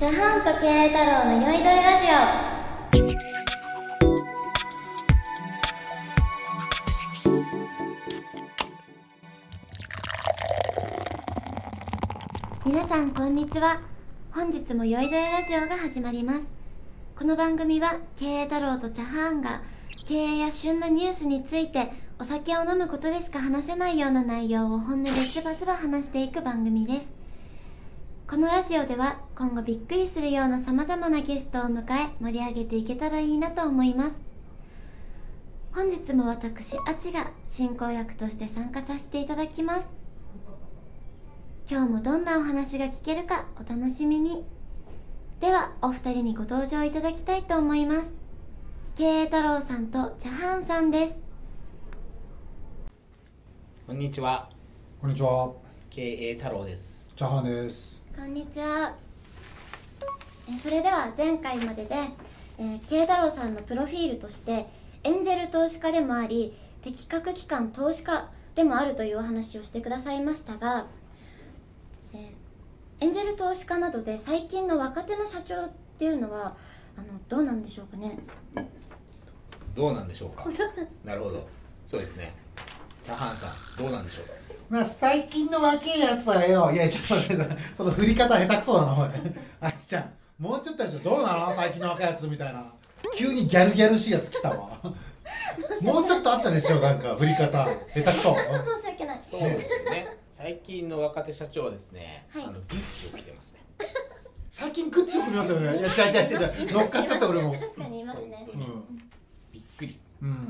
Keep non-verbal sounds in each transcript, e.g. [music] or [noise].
茶飯と慶太郎のよいどいラジオ皆さんこんにちは本日もよいどいラジオが始まりますこの番組は慶太郎と茶飯が経営や旬のニュースについてお酒を飲むことでしか話せないような内容を本音でズバズバ話していく番組ですこのラジオでは今後びっくりするようなさまざまなゲストを迎え盛り上げていけたらいいなと思います本日も私あちが進行役として参加させていただきます今日もどんなお話が聞けるかお楽しみにではお二人にご登場いただきたいと思います慶太郎さんと茶飯さんですこんにちは、こんにちは、 KA 太郎です。チャハンです。こんにちはえそれでは前回までで、えー、慶太郎さんのプロフィールとしてエンジェル投資家でもあり適格機関投資家でもあるというお話をしてくださいましたが、えーエンジェル投資家などで最近の若手の社長っていうのはあのどうなんでしょうかねどうなんでしょう [laughs] か。なるほど。そうですね。チャハンさん、どうなんでしょうか。まあ、最近の若いやつはよ、いや、ちょっと待って、その振り方下手くそだな、おい。あっちゃん、もうちょっとでしょ、どうなの最近の若いやつみたいな。急にギャルギャルしいやつ来たわ。もうちょっとあったでしょ、なんか、振り方。下手くそ。申し訳ないそうですよね。最近の若手社長はですね、はいあのビッチを着てますね。最近グッチよく見ますよね。いや、違う違う違う違う。乗っかっちゃった、俺も。確かにいますね本当うにん。びっくり。うん。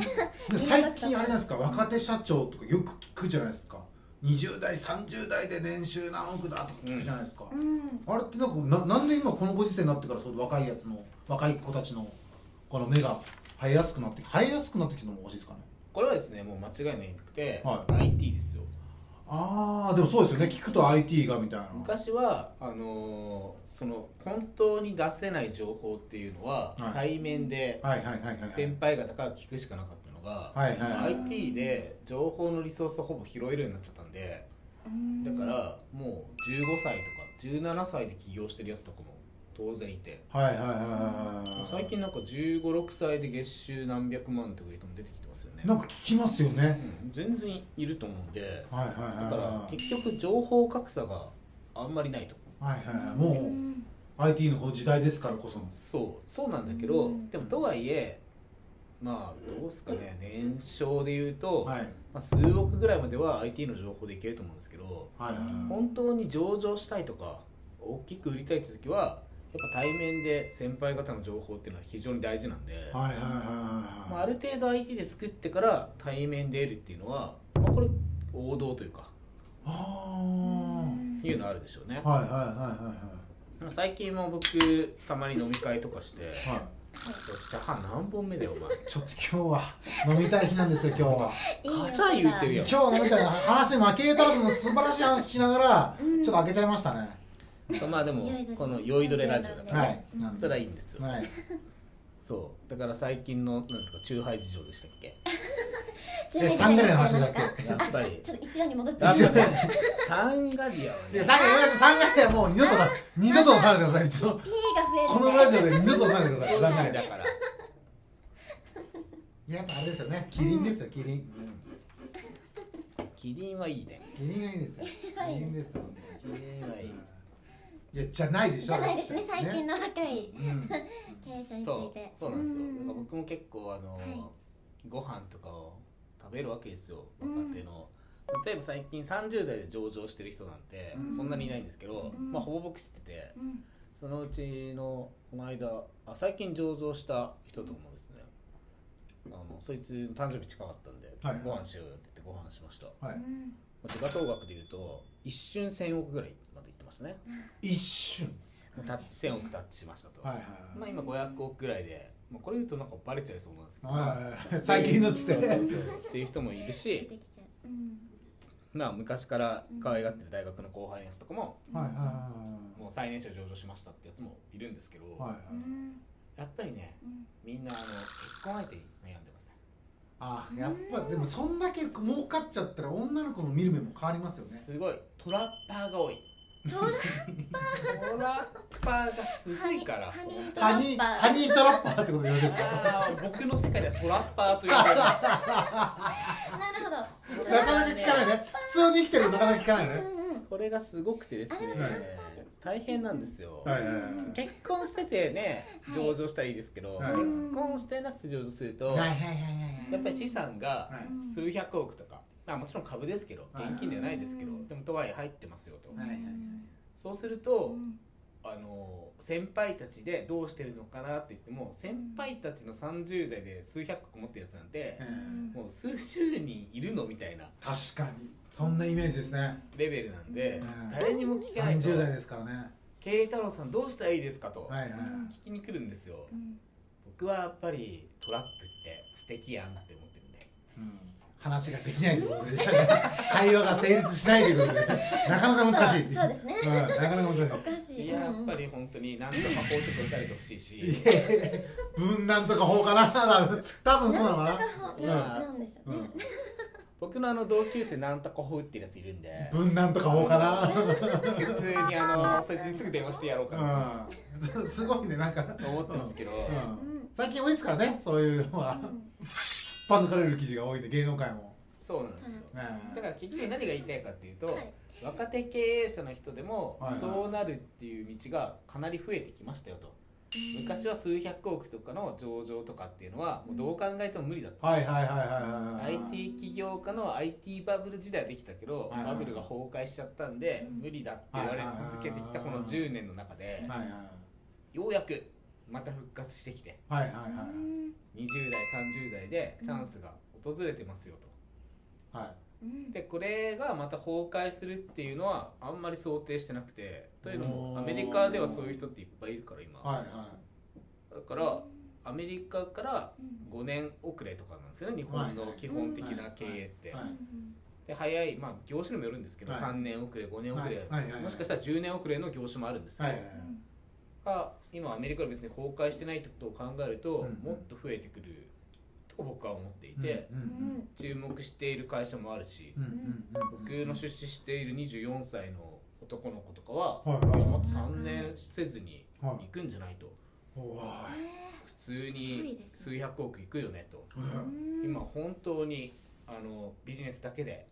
で最近、あれなんですか、若手社長とかよく聞くじゃないですか。20代、30代で年収何億だとか聞くじゃないですか。うんあれってなんかななんで今このご時世になってからそう若いやつの若い子たちのこの目が生えやすくなって生えやすくなってきたのも欲しいですかねこれはですね、もう間違いなくて、は IT ですよ。ああでもそうですよね聞くと IT がみたいな昔はあのーその本当に出せない情報っていうのは、はい対面ではいはいはいはいはい先輩方から聞くしかなかったのが、はいはいはい IT で情報のリソースをほぼ拾えるようになっちゃったんで。うんだからもう15歳とか17歳で起業してるやつとかも当然いてはいはいはいはい最近なんか1 5六6歳で月収何百万とかいう人も出てきてますよねなんか聞きますようねん全然いると思うんではいはいはいだはいから結局情報格差があんまりないとはいはいはいうもうん IT のこの時代ですからこそのそうそうなんだけどうんでもとはいえまあどうですかね年商でいうと、はいまあ、数億ぐらいまでは IT の情報でいけると思うんですけどはいはいはい本当に上場したいとか大きく売りたいって時はやっぱ対面で先輩方の情報っていうのは非常に大事なんで、はいはいはいまあ、はある程度 IT で作ってから対面で得るっていうのは、まあ、これ王道というかいあいうのはあるでしょうねあ、はいはいはい最近も僕たまに飲み会とかしてはいはいはい「じゃあ何本目だよお前ちょっと今日は飲みたい日なんですよ今日は。いいよカチャ言ってるやん今日飲みたいな話で負けたらその素晴らしい話聞きながら、うんちょっと開けちゃいましたね。まあでもこの「酔いどれラジオ」だからはい。なんでそれはいいんですよはい。そうだから最近のなんですかチューハイ事情でしたっけえ、サンガリアの話だっけ。やっぱりちょっと一話に戻っちゃあう。やっぱりサンガリアはで、ねサンガリア、サンガリアもう二度と、二度と出さないでください。ちょっと P が増える。このラジオで二度と出さないでくだ [laughs] さい。サンガリだア。からやっぱあれですよね。キリンですよ、キリン。キリンはいいねキリンがいいですよ。キリンですよ。キリンはいいいや、じゃないでしょ。じゃないですね、最近の。の若いうん。経営者についそうて。そうなんですようだから僕も結構あの、はいご飯とかを食べるわけですよう若ん手の、例えば最近30代で上場してる人なんてうんそんなにいないんですけど、うんまあほぼ僕知っててうんそのうちのこの間あ最近上場した人と思うんですねあのそいつの誕生日近かったんで、はいご飯しようよって言ってご飯しましたはうい。ん自我総額でいうと一瞬1000億ぐらいまでいってますね一瞬。もうタッチ1000億タッチしましたと、はいはいまあ、今500億ぐらいで、まあ、これ言うとなんかバレちゃいそうなんですけど、はい。はいはい。最近のっつってそうそうね。そうっていう人もいる出してきちゃう。うんまあ昔から可愛がってる大学の後輩のやつとかもはいはいもう最年少上場しましたってやつもいるんですけど、はい。はいはうい。んやっぱりねうんみんなあの結婚相手に悩んでますねあやっぱでもそんだけ儲かっちゃったら女の子の見る目も変わりますよねすごいトラッパーが多いトラトラッパーがすごハニいーからハニートラハニッーパーハニートラッパーってことでよろしいですかあー僕の世界ではトラッパーと呼ばれますなるほど [laughs] なかなか聞かないね普通に生きてるとなかなか聞かないねうんうんこれがすごくてですね、はい大変なんですよ、はいはい結婚しててねはい上場したらいいですけど、はい結婚してなくて上場すると、はいはいはいはいやっぱり資産がはい数百億とか、まあ、もちろん株ですけどはい現金ではないですけどうんでもとはいえ入ってますよと、はいはいそうするうと、んあの先輩たちでどうしてるのかなって言っても先輩たちの30代で数百億持ってるやつなんてはういんもう数十人いるのみたいな確かにそんなイメージですねレベルなんでうん誰にも聞かないと30代ですからね「慶太郎さんどうしたらいいですか?」とはいはい聞きに来るんですようん僕はやっぱりトラップって素敵やんって思ってるんでうん話ができないってことで会話が成立しないということでなかなか難しいそうそうですねうんなかなか難しおかしいいややうんっぱり本当に何とか法則を打たれてほしいいいしえ分断とか法かな多分多分そうなのかなんとかなななんでしょうな、うねん、僕のあの同級生なんとか法打ってるやついるんで分断とか法かな普通にあのそいつにすぐ電話してやろうかなうん、すごいね、なんか、と思ってますけどうん、最近多いですからね、そういうのは、突っぱ抜かれる記事が多いんで、芸能界も。そうなんですよねだから結局何が言いたいかっていうと、はい若手経営者の人でもはいはいそうなるっていう道がかなり増えてきましたよと昔は数百億とかの上場とかっていうのはもうどう考えても無理だったはいはいはいはいはい。 IT 起業家の IT バブル時代はできたけど、はいはいバブルが崩壊しちゃったんで、うん無理だって言われ続けてきたこの10年の中で、はいはいようやくまた復活してきてはいはいはい20代30代でチャンスが訪れてますよと。はい。でこれがまた崩壊するっていうのはあんまり想定してなくてというのおもーアメリカではそういう人っていっぱいいるから今はいはい。だからアメリカから5年遅れとかなんですよね日本の基本的な経営ってはいはいで早いまあ業種にもよるんですけどはい3年遅れ5年遅はいはいはいはれいもしかしたら10年遅れの業種もあるんですよはいはいが今アメリカが別に崩壊してないってことを考えるとうんもっと増えてくると僕は思っていてうんうん注目している会社もあるしうんうんうん僕の出資している24歳の男の子とかは、はいはいもっと3年せずには行いくんじゃないとおーい普通すごいにです数百億いくよねとうん今本当にあのビジネスだけで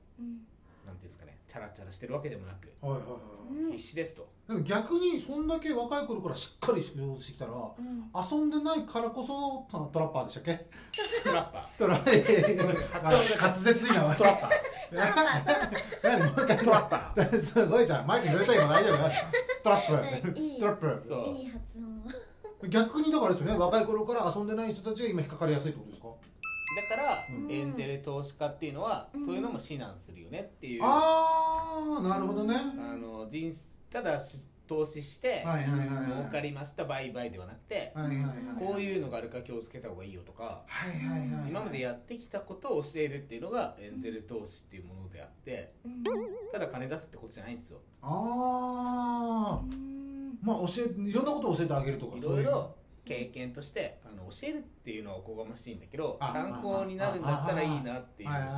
なんていうんですかねチャラチャラしてるわけでもなくはいはいはい必死ですとでも逆にそんだけ若い頃からしっかり仕事してきたら遊んでないからこそのトラッパーでしたっけトラッパトラ滑舌いいなートラッパ何もう一回ートラッパだってすごいじゃんマイク濡れた今大丈夫トラップいいトラッーそういい発音プ逆にだからですよね若い頃から遊んでない人たちが今引っかかりやすいってことですかだから、うんエンジェル投資家っていうのは、うんそういうのも指南するよねっていうああーなるほどねの人生ただし投資して、はいはいはいはい儲かりました売買ではなくて、はいはいはいこうういうのがあるから気をつけた方がいいよとかはいはいはい今までややってきたことを教えるっていうのがエンゼル投資っていうものであってただ金出すってことじゃないんですよあーまあ教えいろんなことを教えてあげるとかいそうろういろ経験としてあの教えるっていうのはおこがましいんだけどあ参考になるんだったらいいなっていうはいはい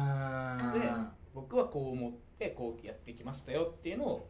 はいはい僕はこう思ってこうやってきましたよっていうのを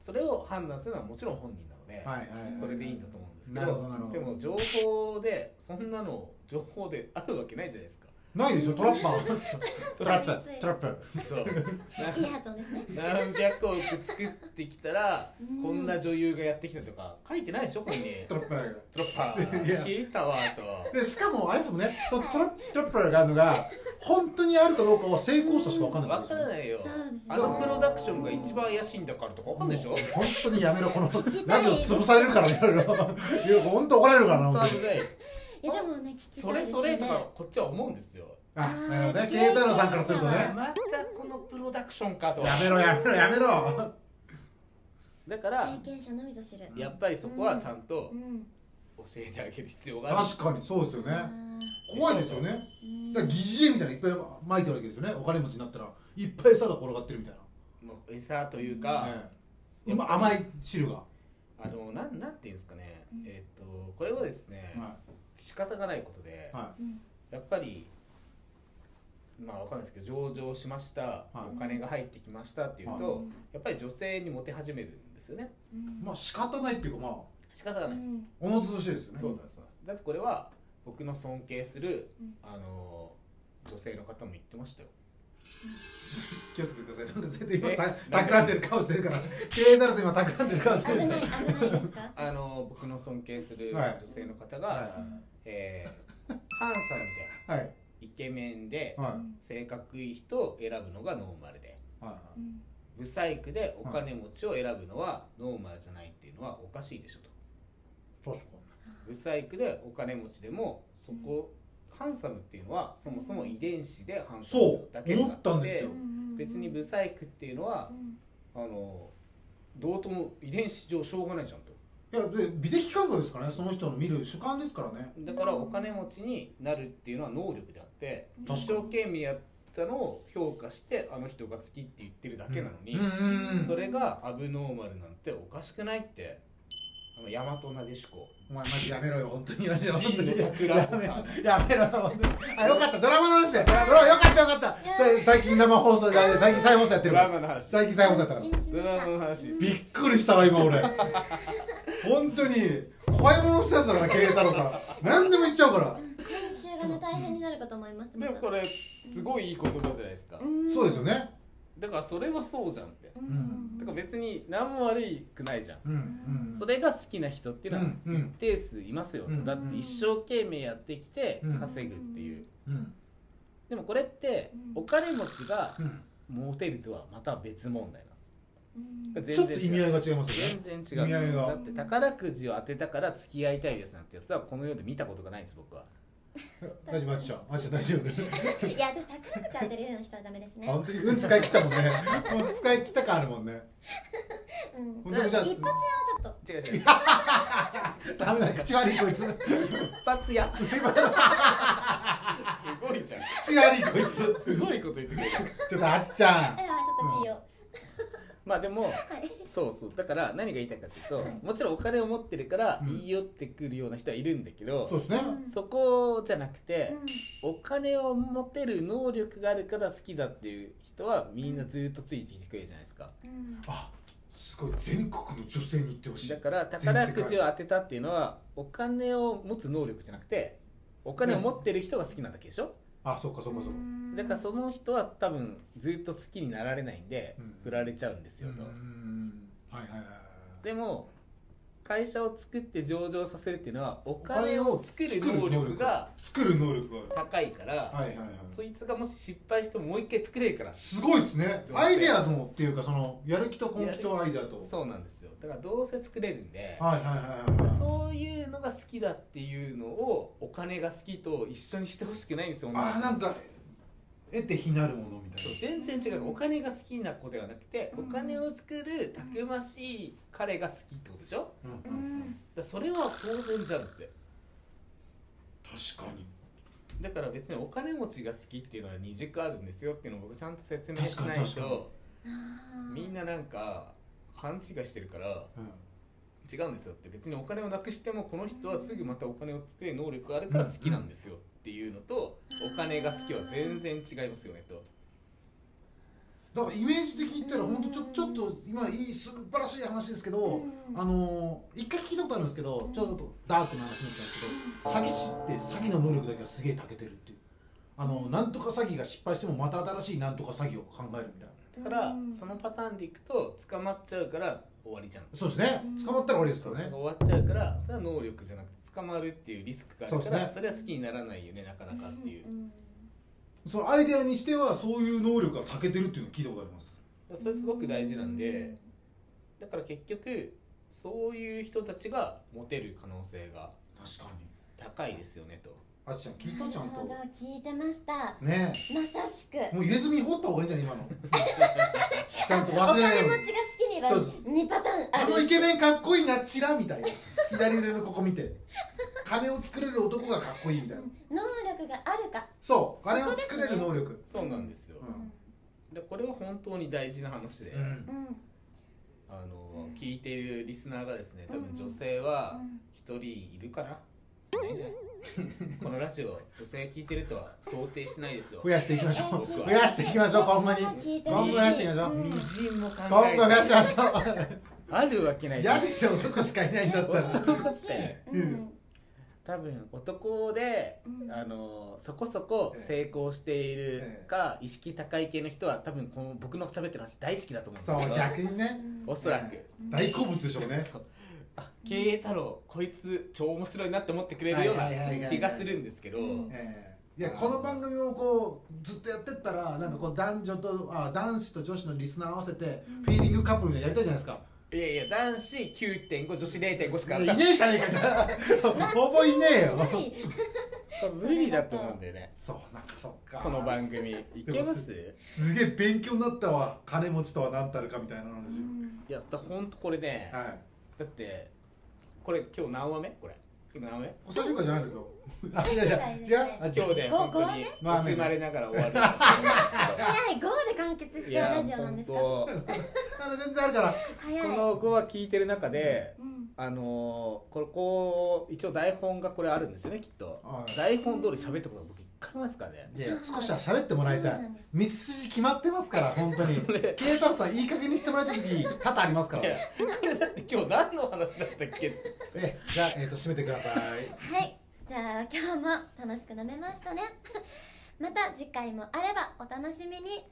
それを判断するのはもちろん本人なのではいはいはいそれでいいんだと思うんですけなるほどどなるほでども情報でそんなの情報であるわけないじゃないですかないですよトラッパ [laughs] ートラットラッププトラップそう [laughs] いい発音ですね何百億作ってきたらうんこんな女優がやってきたとか書いてないでしょ本に [laughs] トラップトロッパーいや聞いたわとでしかもあれですもんねトトラトラップがあるのが本当にあるかどうかは成功者しか分かんない分からないよそうですねあのプロダクションが一番怪しいんだからとか分かんないでしょもう本当にやめろこのたラいジオ潰されるからいろいろいや本当怒られるからな本当本当に危ないいやでもね聞きそたいれですそれとかこっちは思うんですよあなるほどね慶太郎さんからするとねやまたこのプロダクションかとめろやめろやめろだから経験者のみぞ知るやっぱりそこはちゃんとうん教えてあげる必要がある確かにそうですよね怖いですよねだから疑似餌みたいなのいっぱい撒いてるわけですよねお金持ちになったらいっぱい餌が転がってるみたいもう餌というな、か、ええ今甘い汁が、はあのなんなんていうんですかね、うんえっ、とこれはですね、い仕方がないことで、はうんやっぱりまあわかんないですけど上場しました、はいお金が入ってきましたっていうと、うんやっぱり女性にモテ始めるんですよねうんまあ仕方ないっていうかまあ仕方がないです、おのずとしてですよねそうなんですそうなんですだってこれは僕の尊敬する、うんあの女性の方も言ってましたよ気をつけてくださいなんか全然今えた企んでる顔してるから経営ならず今企んでる顔してるんで危すなよい危ないですかあの僕の尊敬するはい女性の方が、はいえーハンサムではいイケメンではい性格いい人を選ぶのがノーマルではうん不細工でお金持ちを選ぶのはノーマルじゃないっていうのはおかしいでしょとい確か不細工でお金持ちでもそこ、ハンサムっていうのはそもそも遺伝子でハンサムだけそうがあ思ったんですよ別に不細工っていうのはう、んあのどうとも遺伝子上しょうがないじゃんとにいやで美的感覚ですからねその人の見る主観ですからねだからお金持ちになるっていうのは能力であってうん一生懸命やったのを評価してあの人が好きって言ってるだけなのに、うんうんうんそれがアブノーマルなんておかしくないってあの大和なでしこお前マジやめろよ本当にマジで本当 G のにや桜子めろさんやめろ本当にあよかったドラマの話だよドラマよかったよかったさ最近生放送で最近再放送やってドるラかマらの話最近再放送やったから安心しましドたラマの話ですびっくりしたわ今 [laughs] 俺本当に怖いものしたやつだから慶太郎さん何でも言っちゃうから編集がね大変になるかと思いましたでもこれすごいいい言葉じゃないですかそうですよねねだからそれはそうじゃんってうんうんだから別に何も悪いくないじゃんうんうんそれが好きな人っていうのはうんうん一定数いますよと、うんだって一生懸命やってきてうん稼ぐっていう、うんでもこれってうんお金持ちがうんモテるとはまた別問題なんですうん全ちょっと意味合いが違いますよね全然違う意味合いがだって宝くじを当てたから付き合いたいですなんてやつはこの世で見たことがないんです僕は大丈夫マジちゃんマジちゃん大丈夫いや私宝くじ当てるような人はダメですねあ本当に運使い切ったもんねもう使い切った感あるもんねうん本当にじゃあ一発屋はちょっと違う違うダメだ口悪いこいつ一発屋 [laughs] すごいじゃん口悪いこいつすごいこと言ってくれたちょっとあちちゃんえあちょっとピーよまあでもはいそうそうだから何が言いたいかっていうと、はいもちろんお金を持ってるからうん言い寄ってくるような人はいるんだけど、そうですねうんそこじゃなくて、うお金を持てる能力があるから好きだっていう人はみんなずっとついてきてくれるじゃないですか、んうんあすごい全国の女性に言ってほしいだから宝くじを当てたっていうのはお金を持つ能力じゃなくてお金を持ってる人が好きなだけでしょ、あそっかそっかそっかうんだからその人は多分ずっと好きになられないんでうん振られちゃうんですよと、うんはいはいはいはいでも会社を作って上場させるっていうのはお金を作る能力が作る能力があ高いからるはいはいはいそいつがもし失敗してももう一回作れるからすごいですねアイデアのっていうかそのやる気と根気とアイデアとそうなんですよだからどうせ作れるんではいはいはいはいそういうのが好きだっていうのをお金が好きと一緒にしてほしくないんですよ女のあ子なんか得て非なるものみたいそうな全然違うお金が好きな子ではなくておうん金を作るたくましい彼が好きってことでしょだうかうんうんんらそれは当然じゃんって確かにだから別にお金持ちが好きっていうのは二軸あるんですよっていうのを僕ちゃんと説明確しかにない確かにとみんななんか勘違いしてるからうん違うんですよって別にお金をなくしてもこの人はすぐまたお金を作れる能力があるから好きなんですよっていうのとお金が好きは全然違いますよねとだからイメージ的に言ったら本当ちょちょっと今いい素晴らしい話ですけどうんあのー一回聞いたことあるんですけどちょっとダークな話になっちゃうんですけど詐欺師って詐欺の能力だけはすげえ長けてるっていうあのなんとか詐欺が失敗してもまた新しいなんとか詐欺を考えるみたいだなからうんそのパターンでいくと捕まっちゃうから終わりじゃんそうですねうん捕まったら終わりですそかうら終ねわっちゃうからそれは能力じゃなくて捕まるっていうリスクがあるそかうですらねそれは好きにならないよねなかなかっていううんそのアイデアにしてはそういう能力が長けてるっていうのを聞いたことありますそれすごく大事なんでだから結局そういう人たちがモテる可能性が確かに高いですよねとあっちゃん聞いたちゃんなるほどと聞いてましたねまさしくえもう入れ墨掘った方がいいんじゃない今のちゃんとお忘れない金よう持にちが好きにはそうそう2パターンああるのイケメンかっこいいなチラみたいな左腕のここ見て金を作れる男がかっこいいみたいな能力があるかそそこう金を作れる能力、そうなんですよ、でこれは本当に大事な話で、うんうんあのうん聞いているリスナーがですね多う分んうん女性は一人いるかな、ないんじゃない [laughs] このラジオ女性聞いてるとは想定してないですよ増やしていきましょうえー聞いて増やしていきましょう今後に聞いて今ほしい後増やしていきましょううんみじんも考今え後増やしてまないしょあるわけなうい嫌でしょ男しかいないんだった [laughs] ら男の子ってうんうん多分男でうんあのそこそこ成功していえるえか意識高い系の人は多分この僕の喋ってる話大好きだと思うんですそけうど逆にねおそらく大好物でしょうねあ経営太郎こいつ超面白いなって思ってくれるようなはいはいはいはい気がするんですけどうんええいやこの番組をこうずっとやってったらなんかこう男女とあ男子と女子のリスナー合わせてフィーリングカップルみたいなのやりたいじゃないいやいや男子9.5女子0.5しかですかいねえじゃねえかじゃあほぼいねえよ無理だと思うんだよねそうなんかそっかこの番組いけますいすげえ勉強になったわ金持ちとは何たるかみたいな話、やだほんとこれねはいだってこれ今日何話目これ今何話目お最初からじゃないの今日あいやい最や初違うからあ今日でご本当ご話に目まあね惜しまれながら終わる早い5で完結しいちゃうやラジオなん本ですか当あの全然あるから早いこの5は聞いてる中でうんあのー、これこう一応台本がこれあるんですよねきっとはい台本通り喋ったことが僕一回もないですからねいや少しは喋ってもらいたそうないんです道筋決まってますから本当に警察さんいい加減にしてもらいたい時多々ありますからいやこれだって今日何の話だったっけえじゃあ、えー、と締めてくださいはいじゃあ今日も楽しく飲めましたねまた次回もあればお楽しみに